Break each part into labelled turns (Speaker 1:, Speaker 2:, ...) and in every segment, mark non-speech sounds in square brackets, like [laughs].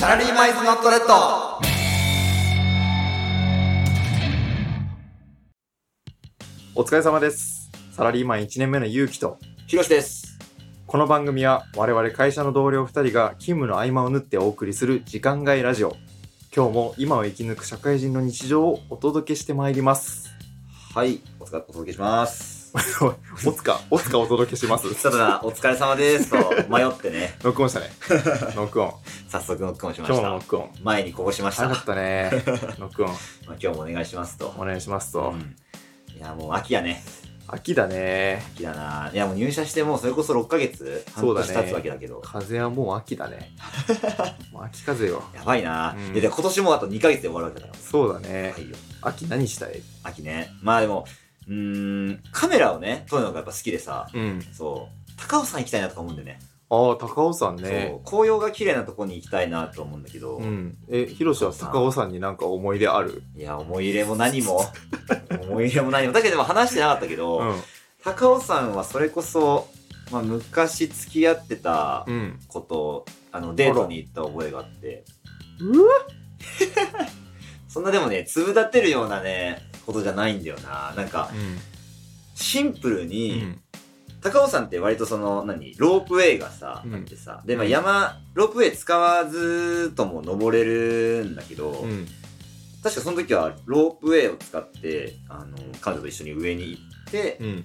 Speaker 1: サラリーマイズノットレッド
Speaker 2: お疲れ様です。サラリーマン1年目のゆうきと、
Speaker 1: ひろしです。
Speaker 2: この番組は我々会社の同僚2人が勤務の合間を縫ってお送りする時間外ラジオ。今日も今を生き抜く社会人の日常をお届けしてまい
Speaker 1: [laughs]
Speaker 2: ります。
Speaker 1: はい、お疲れ、お届けします。
Speaker 2: おつか、おつかお届けします。
Speaker 1: ただ、お疲れ様ですと迷ってね、 [laughs]
Speaker 2: ノックオンしたね。ノックオン。
Speaker 1: 早速ノックオンしま
Speaker 2: 今
Speaker 1: し
Speaker 2: 日
Speaker 1: た。
Speaker 2: もノックオン。
Speaker 1: 前にここしました。
Speaker 2: 早
Speaker 1: ま
Speaker 2: かった
Speaker 1: [laughs]
Speaker 2: ね。ノックオン。
Speaker 1: あ、今日もお願いしますと。
Speaker 2: お願いします
Speaker 1: う
Speaker 2: と。
Speaker 1: んいや、もう秋やね。
Speaker 2: 秋だね。
Speaker 1: 秋だな。いや、もう入社してもうそれこそ6ヶ月、半
Speaker 2: そうだね
Speaker 1: 年経つわけだけど。
Speaker 2: 風はもう秋だ
Speaker 1: [laughs]
Speaker 2: ね。もう秋風よ。
Speaker 1: やばいな。
Speaker 2: うん
Speaker 1: いやで今年もあと2ヶ月で終わるわけだか
Speaker 2: そうだ
Speaker 1: ら。
Speaker 2: ね
Speaker 1: は。いよ。
Speaker 2: 秋何したい
Speaker 1: 秋ね。まあでも、うーん、カメラをね、撮るのがやっぱ好きでさ、
Speaker 2: うん。
Speaker 1: そう、高尾山行きたいなとか思うんだよね。
Speaker 2: ああ、高尾山ね
Speaker 1: そ。う、紅葉が綺麗なとこに行きたいなと思うんだけど、
Speaker 2: うん。え、ヒロシは高尾山になんか思い出ある
Speaker 1: いや、思い入れも何も、 [laughs] 思い入れも何も。だけどでも話してなかったけど、
Speaker 2: ん。
Speaker 1: 高尾さんはそれこそ、まあ、昔付き合ってた
Speaker 2: うん。
Speaker 1: こと、あの、デートに行った覚えがあって、
Speaker 2: うわ
Speaker 1: そんなでもね、粒立てるようなね、ことじゃないんだよな。なんか、シンプル
Speaker 2: う
Speaker 1: に、
Speaker 2: ん。
Speaker 1: 高尾山って割とその、何、ロープウェイがさ、
Speaker 2: うん
Speaker 1: あってさ、で、まあ、山、ロープウェイ使わずとも登れるんだけど、
Speaker 2: うん。
Speaker 1: 確かその時はロープウェイを使ってあの彼女と一緒に上に行って、
Speaker 2: うん。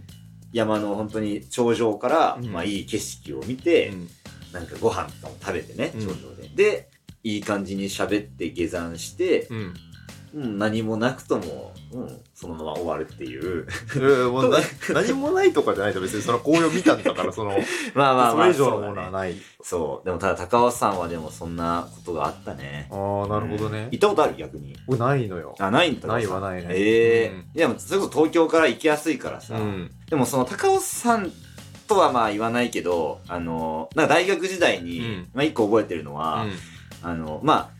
Speaker 1: 山の本当に頂上から、
Speaker 2: うん
Speaker 1: まあ、いい景色を見て、
Speaker 2: うん
Speaker 1: なんかご飯とかも食べてね
Speaker 2: うん
Speaker 1: 頂上で、でいい感じに喋って下山して、
Speaker 2: うん。
Speaker 1: うん、何もなくとも、うん、そのまま終わるっていう
Speaker 2: えーもうな
Speaker 1: と
Speaker 2: 何もないとかじゃないと別にその紅葉見たんだから、その、
Speaker 1: [laughs] まあまあ
Speaker 2: そ
Speaker 1: まあ
Speaker 2: れ以上の
Speaker 1: そ
Speaker 2: もの
Speaker 1: う,、
Speaker 2: は
Speaker 1: ね、
Speaker 2: ない。
Speaker 1: そうでもただ高尾山はでもそんなことがあったね
Speaker 2: ああ、なるほど
Speaker 1: うん
Speaker 2: ね
Speaker 1: 行。ったことある逆に
Speaker 2: 俺ないのよ。
Speaker 1: あないんだ
Speaker 2: ないはないね
Speaker 1: ええ
Speaker 2: うん
Speaker 1: でもそれこそ東京から行きやすいからさ、
Speaker 2: うん。
Speaker 1: でもその高尾さんとはまあ言わないけど、あの、なんか大学時代に、
Speaker 2: うん
Speaker 1: まあ一個覚えてるのは、あの、ま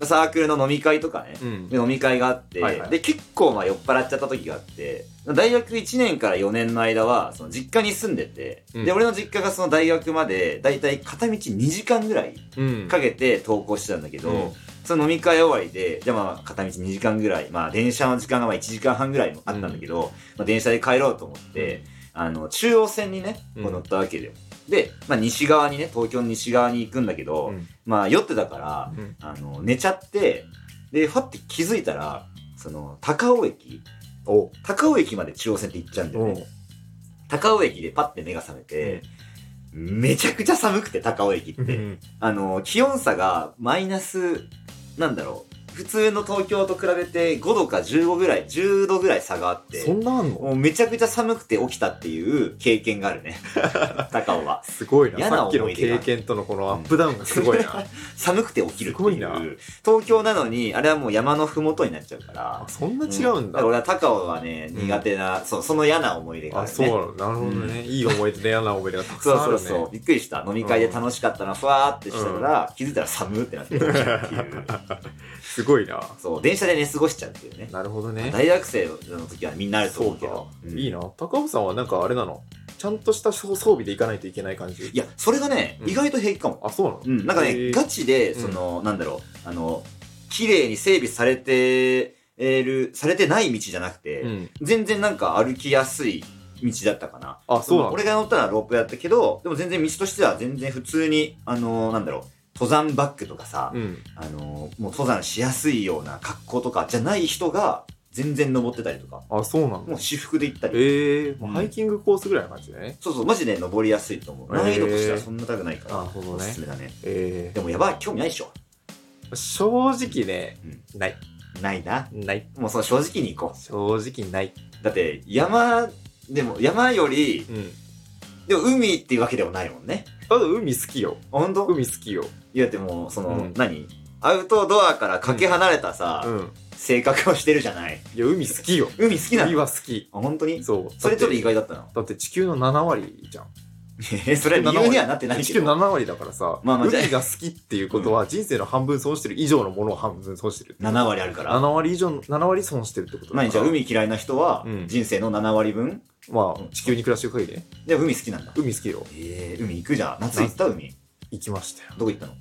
Speaker 1: あ、サークルの飲み会とかね、
Speaker 2: うん。
Speaker 1: で飲み会があって、
Speaker 2: はいはい
Speaker 1: で、結構まあ酔っ払っちゃった時があって、大学1年から4年の間は、その実家に住んでて、
Speaker 2: うん
Speaker 1: で、俺の実家がその大学まで、だいたい片道2時間ぐらい
Speaker 2: うん。
Speaker 1: かけて登校してたんだけど、
Speaker 2: うん
Speaker 1: その飲み会終わりで、じゃあまあ片道2時間ぐらい、まあ電車の時間がまあ1時間半ぐらいあったんだけど、まあ電車で帰ろうと思って、あの、中央線にね、こ
Speaker 2: う
Speaker 1: うん乗ったわけだよ。で、まあ西側にね、東京の西側に行くんだけど、
Speaker 2: うん
Speaker 1: まあ酔ってたから、
Speaker 2: うん
Speaker 1: あの、寝ちゃって、で、ファって気づいたら、その、高尾駅、
Speaker 2: お
Speaker 1: 高尾駅まで中央線って行っちゃうんだよ
Speaker 2: お
Speaker 1: ね。高尾駅でパッて目が覚めて、めちゃくちゃ寒くて、高尾駅って。
Speaker 2: うん。
Speaker 1: あの、気温差がマイナス、なんだろう。普通の東京と比べて5度か15ぐらい、10度ぐらい差があって、
Speaker 2: そんなあんの
Speaker 1: もうめちゃくちゃ寒くて起きたっていう経験があ
Speaker 2: [laughs]
Speaker 1: るね。高尾は。
Speaker 2: すごいな。
Speaker 1: 嫌な
Speaker 2: さっきの
Speaker 1: 思い出
Speaker 2: 経
Speaker 1: が
Speaker 2: 験とのこのアップダウンがすごい
Speaker 1: [laughs]
Speaker 2: な。
Speaker 1: 寒くて起きるって
Speaker 2: すご
Speaker 1: い
Speaker 2: いな
Speaker 1: う。東京なのに、あれはもう山のふもとになっちゃうか
Speaker 2: あ
Speaker 1: ら。
Speaker 2: そんな違うんだ
Speaker 1: から。俺は高尾はね、苦手な、そう、その嫌な思い出があ
Speaker 2: あ、
Speaker 1: る、ね。
Speaker 2: そうなのなるほどね。いい思い出で嫌な思い出がたくさ
Speaker 1: そうん
Speaker 2: あ
Speaker 1: そう
Speaker 2: る
Speaker 1: そう
Speaker 2: ね。
Speaker 1: びっくりした。飲み会で楽しかったな、ふわーってしてたら、気づいたら寒ってなって起きたって
Speaker 2: [laughs]
Speaker 1: いう。
Speaker 2: すごいな。
Speaker 1: そう、電車で寝過ごしちゃうっていうね。
Speaker 2: なるほどね。
Speaker 1: 大学生の時はみんなあると
Speaker 2: そ
Speaker 1: 思
Speaker 2: う
Speaker 1: うけ
Speaker 2: か
Speaker 1: ど。。
Speaker 2: いい
Speaker 1: な。
Speaker 2: な。高尾さんはなんかあれなのちゃんとした装備で行かないといけない感じ
Speaker 1: いや、それがね、
Speaker 2: うん
Speaker 1: 意外と平気かも。
Speaker 2: あ、そうなの
Speaker 1: うん、なんか
Speaker 2: へ
Speaker 1: ね、
Speaker 2: ー
Speaker 1: ガチで、その、なんだろう、あの、綺麗に整備されてる、されてない道じゃなくて、
Speaker 2: うん。
Speaker 1: 全然なんか歩きやすい道だったかな。
Speaker 2: あ、そうなの
Speaker 1: 俺が乗ったのはロープやったけど、でも全然道としては全然普通に、あのなんだろう、登山バッグとかさ、
Speaker 2: うん。
Speaker 1: あのもう登山しやすいような格好とかじゃない人が、全然登ってたりとか、
Speaker 2: あ、そうなの
Speaker 1: もう私服で行ったり
Speaker 2: ええ、もう
Speaker 1: うん
Speaker 2: ハイキングコースぐらいの感じだね。
Speaker 1: そうそう、マジで登りやすいと思う。
Speaker 2: へー
Speaker 1: 難易度としてはそんな高くないから、
Speaker 2: なるほどね
Speaker 1: おすすめだね。
Speaker 2: え
Speaker 1: でもやばい、興味ないでしょ。
Speaker 2: え。正直ね、ない。
Speaker 1: ないな。
Speaker 2: ない。
Speaker 1: もうその正直に行こ
Speaker 2: 正直ない。
Speaker 1: う。だって、山、でも山より、
Speaker 2: うん。
Speaker 1: でも海っていうわけでもないもんね。
Speaker 2: あと海好きよ。
Speaker 1: ほんと
Speaker 2: 海好きよ。
Speaker 1: いや、でも、その、
Speaker 2: うん
Speaker 1: 何アウトドアからかけ離れたさ、
Speaker 2: うん。
Speaker 1: 性格をしてるじゃない。
Speaker 2: いや、海好きよ。
Speaker 1: 海好きな
Speaker 2: 海
Speaker 1: の
Speaker 2: は好き。
Speaker 1: あ、本当に
Speaker 2: そう。
Speaker 1: それちょっと
Speaker 2: だ
Speaker 1: 意外だ
Speaker 2: [laughs]
Speaker 1: ったの。
Speaker 2: だって地球の7割じゃん。
Speaker 1: え、 [laughs] それ理由にはなってない
Speaker 2: 地
Speaker 1: け
Speaker 2: 球
Speaker 1: ど。
Speaker 2: 7割だからさ、
Speaker 1: まあまあじゃあ
Speaker 2: 海が好きっていうことは人生の半分損してる以上のものを半分損してるってこと。
Speaker 1: 7割あるか
Speaker 2: 7
Speaker 1: ら。
Speaker 2: 割以上の、7割損してるってことだから
Speaker 1: 何じゃあ海嫌いな人は
Speaker 2: う、ん
Speaker 1: 人生の7割分、
Speaker 2: まあ、地球に暮らしてる限りね。
Speaker 1: でも海好きなんだ。
Speaker 2: 海好きよ。
Speaker 1: えー、海行くじゃん。夏行った海。
Speaker 2: 行きましたよ。
Speaker 1: どこ行ったの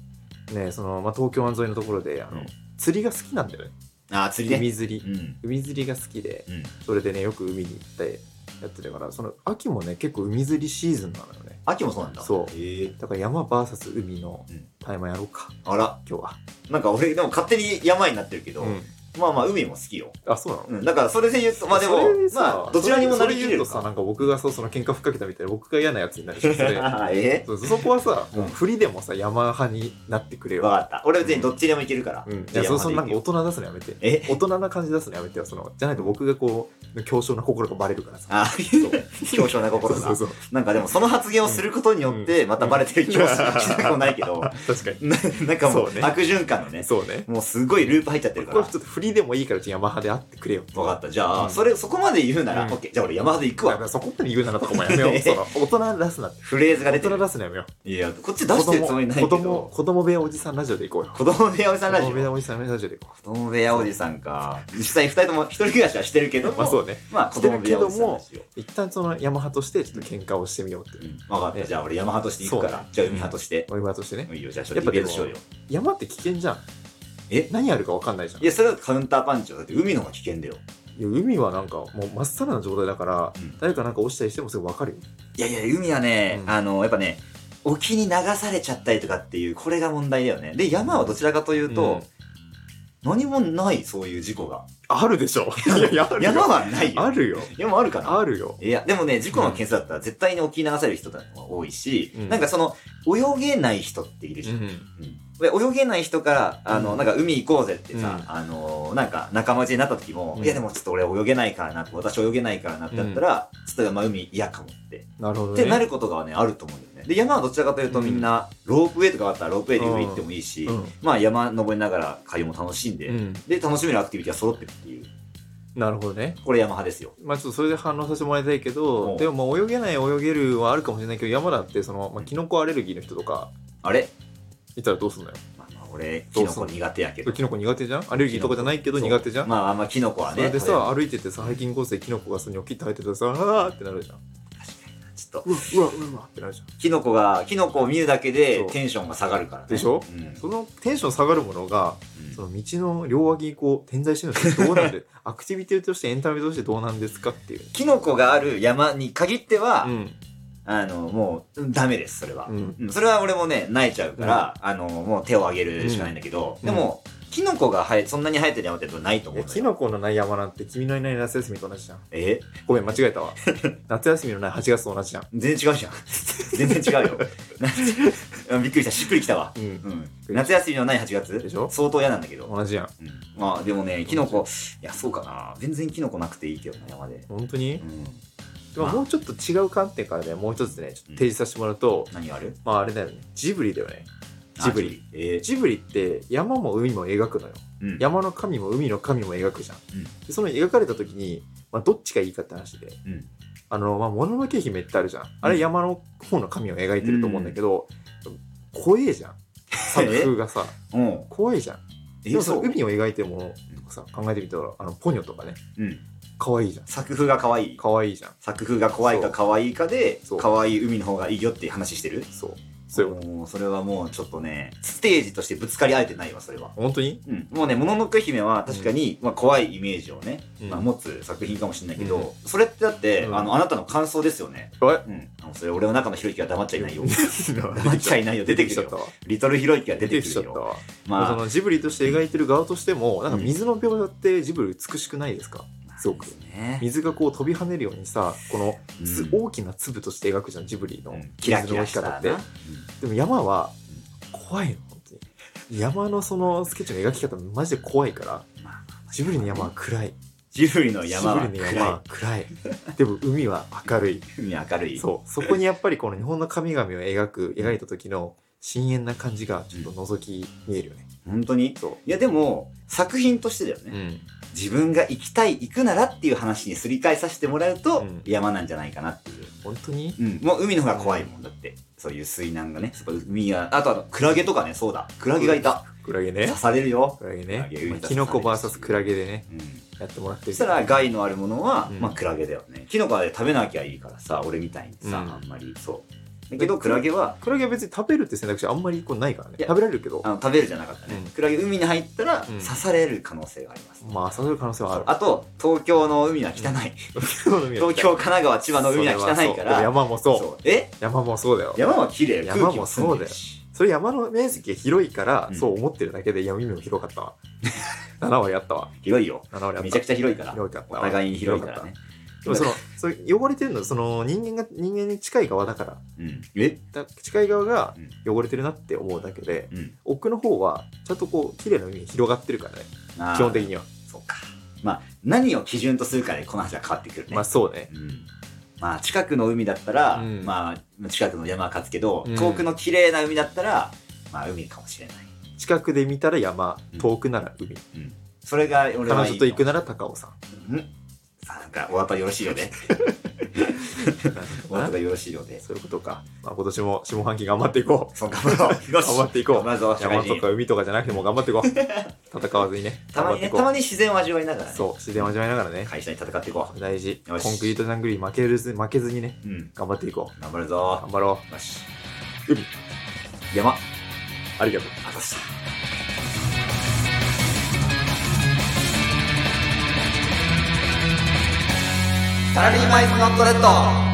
Speaker 2: ねその、まあ、東京湾沿いのところであの、
Speaker 1: うん
Speaker 2: 釣りが好きなんだよね
Speaker 1: あー釣りね。
Speaker 2: 海釣り
Speaker 1: うん。
Speaker 2: 海釣りが好きで
Speaker 1: うん。
Speaker 2: それでねよく海に行ってやってたからその秋もね結構海釣りシーズンなのよね
Speaker 1: 秋もそうなんだ。
Speaker 2: そう
Speaker 1: へえ。
Speaker 2: だから山 VS 海の
Speaker 1: うん
Speaker 2: タイマーやろうか
Speaker 1: あら、
Speaker 2: 今日は、
Speaker 1: なんか俺、でも勝手に山になってるけど、
Speaker 2: うん
Speaker 1: まあまあ海も好きよ。
Speaker 2: あそうなの、
Speaker 1: うん。だからそれで言うと、まあでも
Speaker 2: それ、さ
Speaker 1: まあどちらにもなりきれる
Speaker 2: それ言うとさ
Speaker 1: か。
Speaker 2: なんか僕がそうその喧嘩ふっかけたみたいで僕が嫌なやつになるし
Speaker 1: [laughs]
Speaker 2: それ
Speaker 1: え
Speaker 2: そうそこはさ、
Speaker 1: うん
Speaker 2: もう振りでもさ山派になってくれよ
Speaker 1: わかった。俺は別にどっちでもいけるから。
Speaker 2: うん、い
Speaker 1: じゃ
Speaker 2: や
Speaker 1: あ山
Speaker 2: そそ
Speaker 1: で
Speaker 2: のなんか
Speaker 1: い
Speaker 2: 大人出すのやめて
Speaker 1: けるえ
Speaker 2: 大人な感じ出すのやめてよそのじゃないと僕がこう強小な心がバレるからさ
Speaker 1: あー、表彰な心
Speaker 2: そう
Speaker 1: が。
Speaker 2: そうそう
Speaker 1: なんかでもその発言をすることによって、またバレてる気もしなくもないけど、
Speaker 2: 確か
Speaker 1: [laughs]
Speaker 2: に
Speaker 1: ななんかもう
Speaker 2: そうね
Speaker 1: 悪循環のね、
Speaker 2: そうね
Speaker 1: もうすごいループ入っちゃってるか
Speaker 2: これ
Speaker 1: ら
Speaker 2: ちょっ。と振りでもいいからちょっと山派であってくれよ
Speaker 1: 分かった。じゃ
Speaker 2: う
Speaker 1: あ、
Speaker 2: ん
Speaker 1: それ、そこまで言うなら、
Speaker 2: う
Speaker 1: オッ
Speaker 2: ん
Speaker 1: ケー。じゃあ俺山で行く
Speaker 2: だか
Speaker 1: わ
Speaker 2: ら。そこまで言うならとかもやめよ
Speaker 1: [laughs]
Speaker 2: うその大人出すなって
Speaker 1: フレーズが
Speaker 2: 大
Speaker 1: 出て
Speaker 2: 人
Speaker 1: る。
Speaker 2: 出すのやめよう
Speaker 1: いや、こっち出してるつもりないけ
Speaker 2: 子供
Speaker 1: ど。
Speaker 2: 子供部屋おじさんラジオで行こうよ
Speaker 1: 子供部屋おじさんラジ
Speaker 2: 子供部屋
Speaker 1: オ。
Speaker 2: おじさんラジオで行こ
Speaker 1: 子供部屋おじさんか。実際二人とも一人暮らしはしてるけど
Speaker 2: うまあ
Speaker 1: も、
Speaker 2: そうね
Speaker 1: まあ子供部屋おじさんラジオ。
Speaker 2: 一旦その山派としてちょっと喧嘩をしてみようって
Speaker 1: う
Speaker 2: いうん
Speaker 1: 分かった。じゃあ俺山派として行くか
Speaker 2: そう
Speaker 1: ら。じゃあ海派として。
Speaker 2: 俺派としてね
Speaker 1: いいよ、じゃあそれディベートしようよ。
Speaker 2: 山って危険じゃん
Speaker 1: え
Speaker 2: 何あるか分かんないじゃん
Speaker 1: いや、それはカウンターパンチよ。だって海の方が危険だよ。
Speaker 2: いや海はなんかもう真っさらな状態だから、
Speaker 1: うん
Speaker 2: 誰かなんか落ちたりしてもすぐ分かるよ
Speaker 1: いやいや、海はね、
Speaker 2: うん
Speaker 1: あの、やっぱね、沖に流されちゃったりとかっていう、これが問題だよね。で、山はどちらかというと、何もない、そういう事故が。
Speaker 2: あるでしょ [laughs] いやあるよ
Speaker 1: 山はないよ。
Speaker 2: あるよ
Speaker 1: 山あるかな
Speaker 2: あるよ
Speaker 1: いや、でもね、事故の件数だったら絶対に沖に流される人が多いし、
Speaker 2: うん
Speaker 1: なんかその、泳げない人っているじゃん。う
Speaker 2: ん
Speaker 1: んで泳げない人から、あの、
Speaker 2: うん
Speaker 1: なんか海行こうぜってさ、
Speaker 2: う
Speaker 1: あの、なんか仲間内になった時も、
Speaker 2: うん
Speaker 1: いやでもちょっと俺泳げないからなって、私泳げないからなってやったら、ちょっとまあ海嫌かもって。
Speaker 2: なるほど
Speaker 1: っ
Speaker 2: ね
Speaker 1: てなることがね、あると思うんだよね。で、山はどちらかというとみんな、ロープウェイとかあったらロープウェイで上行ってもいいし、
Speaker 2: うん
Speaker 1: まあ山登りながら海も楽しんで、
Speaker 2: うん
Speaker 1: で、楽しめるアクティビティが揃ってるっていう。
Speaker 2: なるほどね
Speaker 1: これ山派ですよ。
Speaker 2: まあちょっとそれで反応させてもらいたいけ
Speaker 1: う
Speaker 2: ど
Speaker 1: ん
Speaker 2: でもまあ泳げない泳げるはあるかもしれないけど山だってその、まあ、キノコアレルギーの人とか
Speaker 1: あれ
Speaker 2: いたらどうすんのよ
Speaker 1: まあまあ俺、キ
Speaker 2: どう
Speaker 1: ノ
Speaker 2: すんの
Speaker 1: コ苦手やけど。
Speaker 2: キノコ苦手じゃんアレルギーとかじゃないけど苦手じゃん、
Speaker 1: まああんまキノコはね。
Speaker 2: それで
Speaker 1: 食べ
Speaker 2: さ歩いててさ背筋構成キノコがそこに起きて入ってたらさあーってなるじゃん
Speaker 1: るちょっと、
Speaker 2: うわうわうわってなるじゃん
Speaker 1: キノコが、キノコを見るだけで
Speaker 2: そう
Speaker 1: テンションが下がるからね。
Speaker 2: でしょ
Speaker 1: うんうん
Speaker 2: そのテンション下がるものがその道の両脇にこう点在してるのってどう [laughs] なんでアクティビティとしてエンタメとしてどうなんですかっていう、
Speaker 1: キノコがある山に限っては、
Speaker 2: うん
Speaker 1: あの、もう、うんダメです、それは。
Speaker 2: うん、
Speaker 1: うんそれは俺もね、泣いちゃうから、あの、もう手を挙げるしかないんだけど、
Speaker 2: うん
Speaker 1: でも、キノコが生え、そんなに生えてる山ってことはないと
Speaker 2: い
Speaker 1: 思う
Speaker 2: や
Speaker 1: のよ
Speaker 2: キノコのない山なんて君のいない夏休みと同じじゃん
Speaker 1: え
Speaker 2: ごめん間違え [laughs] たわ夏休みのない8月と同じじゃん、
Speaker 1: 全然違うじゃん。 [laughs] 全然違うよ。 [laughs] なびっくりした、しっくりきたわ。
Speaker 2: うん、
Speaker 1: うん。夏休みのない8月
Speaker 2: でしょ
Speaker 1: 相当嫌なんだけど。
Speaker 2: 同じやん
Speaker 1: うんまあ、でもね、キノコ、いや、そうかな。全然キノコなくていいけどな、山で。
Speaker 2: 本当に
Speaker 1: う、ん。
Speaker 2: まあ、もうちょっと違う観点からねもう一つねちょっと提示させてもらうと、
Speaker 1: 何がある
Speaker 2: まああれだよねジブリだよね
Speaker 1: あ
Speaker 2: ジブリ。
Speaker 1: え
Speaker 2: ジブリって山も海も描くのよ
Speaker 1: ーうん。
Speaker 2: 山の神も海の神も描くじゃん、
Speaker 1: うん
Speaker 2: でその描かれた時に、まあ、どっちがいいかって話で、
Speaker 1: うん
Speaker 2: あのまあ、もののけ姫ってあるじゃんあれ山の方の神を描いてると思うんだけど、怖えじゃん作風がさ
Speaker 1: うん。
Speaker 2: 怖いじゃん
Speaker 1: え
Speaker 2: でもそ
Speaker 1: そ
Speaker 2: の
Speaker 1: う。
Speaker 2: 海を描いてるものとかさ考えてみたらあのポニョとかね
Speaker 1: うん。
Speaker 2: 可愛いじゃん
Speaker 1: 作風が可愛い。
Speaker 2: 可愛いじゃん
Speaker 1: 作風が怖いか可愛いかで
Speaker 2: そう、
Speaker 1: 可愛い海の方がいいよっていう話してる
Speaker 2: そうそういうこ
Speaker 1: もうそれはもうちょっとね、ステージとしてぶつかり合えてないわ、それは。
Speaker 2: と本当に
Speaker 1: うん。もうね、もののけ姫は確かに、まあ怖いイメージをね、
Speaker 2: うん
Speaker 1: まあ持つ作品かもしれないけど、それってだって、
Speaker 2: うん
Speaker 1: あの、あなたの感想ですよね。
Speaker 2: え
Speaker 1: うん。あのそれ俺の中のひろゆきは黙っちゃい
Speaker 2: [laughs]
Speaker 1: ないよ。黙 [laughs]
Speaker 2: 黙
Speaker 1: っちゃいないよ。出てく
Speaker 2: きちゃ
Speaker 1: る
Speaker 2: った
Speaker 1: よ。
Speaker 2: わ
Speaker 1: リトルひろゆきが出
Speaker 2: 出
Speaker 1: て
Speaker 2: てき
Speaker 1: く
Speaker 2: ちゃ
Speaker 1: る
Speaker 2: った
Speaker 1: よ。
Speaker 2: わそ
Speaker 1: ま
Speaker 2: のジブリとして描いてる側としてもなんか水の描写ってジブリ美しくないですか
Speaker 1: あ、
Speaker 2: すごく
Speaker 1: [laughs] ね。
Speaker 2: 水がこう飛び跳ねるようにさこのつ、
Speaker 1: うん
Speaker 2: 大きな粒として描くじゃんジブリの
Speaker 1: うんキラ
Speaker 2: 水
Speaker 1: キ
Speaker 2: の
Speaker 1: ラ
Speaker 2: 描
Speaker 1: し
Speaker 2: き
Speaker 1: た
Speaker 2: 方
Speaker 1: な。
Speaker 2: っ
Speaker 1: う
Speaker 2: て、
Speaker 1: ん
Speaker 2: でも山は怖いの本当に山のそのスケッチの描き方マジで怖いから
Speaker 1: まあ
Speaker 2: ジブリの山は暗い
Speaker 1: ジブリの山は
Speaker 2: ジブリの山
Speaker 1: 暗
Speaker 2: は暗いでも海は明るい
Speaker 1: い。海は明るい。
Speaker 2: そうそこにやっぱりこの日本の神々を描く描いた時の深淵な感じがちょっと覗き見えるよね、
Speaker 1: 本当に
Speaker 2: そ
Speaker 1: いやでも、作品としてだよ
Speaker 2: う、
Speaker 1: ね。自分が行きたい、行くならっていう話にすり替えさせてもらうと、
Speaker 2: うん
Speaker 1: 山なんじゃないかなっていう。
Speaker 2: 本当に
Speaker 1: うん。もう海の方が怖いもんだって。そういう水難がね。やっぱ海が、あとあの、クラゲとかね、そうだ。クラゲがいた。
Speaker 2: クラゲね
Speaker 1: 刺されるよ。
Speaker 2: クラゲ
Speaker 1: クラゲ
Speaker 2: ねまあキノコ VS クラゲでね
Speaker 1: うん。
Speaker 2: やってもらって
Speaker 1: そ
Speaker 2: る
Speaker 1: したら、害のあるものは、
Speaker 2: うん
Speaker 1: まあ、クラゲだよね。キノコはね食べなきゃいいからさ、俺みたいにさ、
Speaker 2: うん
Speaker 1: あんまり、そう。だけどクラゲは
Speaker 2: クラゲは別に食べるって選択肢あんまりこうないからね
Speaker 1: いや
Speaker 2: 食べられるけど
Speaker 1: あの食べるじゃなかったね、
Speaker 2: うん
Speaker 1: クラゲ海に入ったら
Speaker 2: ん
Speaker 1: 刺される可能性があります、
Speaker 2: まあ刺さる可能性はある
Speaker 1: あと東京の海は汚い、
Speaker 2: [laughs]
Speaker 1: 東京神奈川千葉の海は汚い
Speaker 2: そ
Speaker 1: か
Speaker 2: れはそうでも
Speaker 1: ら
Speaker 2: 山もそう
Speaker 1: そうえ
Speaker 2: 山もそうだよ
Speaker 1: 山は綺麗
Speaker 2: 山も
Speaker 1: 空気も澄んでるし
Speaker 2: それ山の面積が広いから、
Speaker 1: うん
Speaker 2: そう思ってるだけで闇も広かった
Speaker 1: [laughs]
Speaker 2: わ7割あったわ
Speaker 1: 広いよ
Speaker 2: 7割あった
Speaker 1: めちゃくちゃ広いから
Speaker 2: 広かった
Speaker 1: お
Speaker 2: わ
Speaker 1: 互いに広いからね
Speaker 2: でもその
Speaker 1: [laughs]
Speaker 2: それ汚れてるのその人間が人間に近い側だから
Speaker 1: うんえ
Speaker 2: だ近い側が汚れてるなって思うだけで、
Speaker 1: うん
Speaker 2: 奥の方はちゃんとこう綺麗な海に広がってるからね
Speaker 1: あー
Speaker 2: 基本的には、
Speaker 1: そうかまあ何を基準とするかでこの話は変わってくるね
Speaker 2: まあそうね
Speaker 1: うんまあ近くの海だったら、
Speaker 2: うん
Speaker 1: まあ近くの山は勝つけど、
Speaker 2: うん
Speaker 1: 遠くの綺麗な海だったらまあ海かもしれない、
Speaker 2: 近くで見たら山
Speaker 1: うん
Speaker 2: 遠くなら海、
Speaker 1: うん、それが俺
Speaker 2: 彼
Speaker 1: は
Speaker 2: 女と行く
Speaker 1: な
Speaker 2: なら高尾
Speaker 1: [laughs]
Speaker 2: さん
Speaker 1: さあなんかお当たりよろしいよ
Speaker 2: [laughs]
Speaker 1: ねお当たりよろしいよね
Speaker 2: そういうことか、まあ、今年も下半期頑張っていこう
Speaker 1: そう
Speaker 2: [laughs]
Speaker 1: 頑張ろうよし
Speaker 2: 頑張っていこう
Speaker 1: 頑張るぞ社
Speaker 2: 山
Speaker 1: 会
Speaker 2: と
Speaker 1: 人
Speaker 2: か海とかじゃなくても頑
Speaker 1: [laughs]
Speaker 2: 張っていこう戦わずにね
Speaker 1: たまにねたまに自然を味わいながらね
Speaker 2: そう自然を味わいながらね
Speaker 1: 会社に戦っていこ
Speaker 2: 大事コ
Speaker 1: よ
Speaker 2: ン
Speaker 1: し
Speaker 2: クリートジャングルに負けず負けずにね
Speaker 1: ううん
Speaker 2: 頑張っていこ
Speaker 1: 頑張る
Speaker 2: う
Speaker 1: ぞ
Speaker 2: 頑張ろ
Speaker 1: よし
Speaker 2: 海
Speaker 1: 山
Speaker 2: うありがとう
Speaker 1: あざしたサラリーマイズノットレッド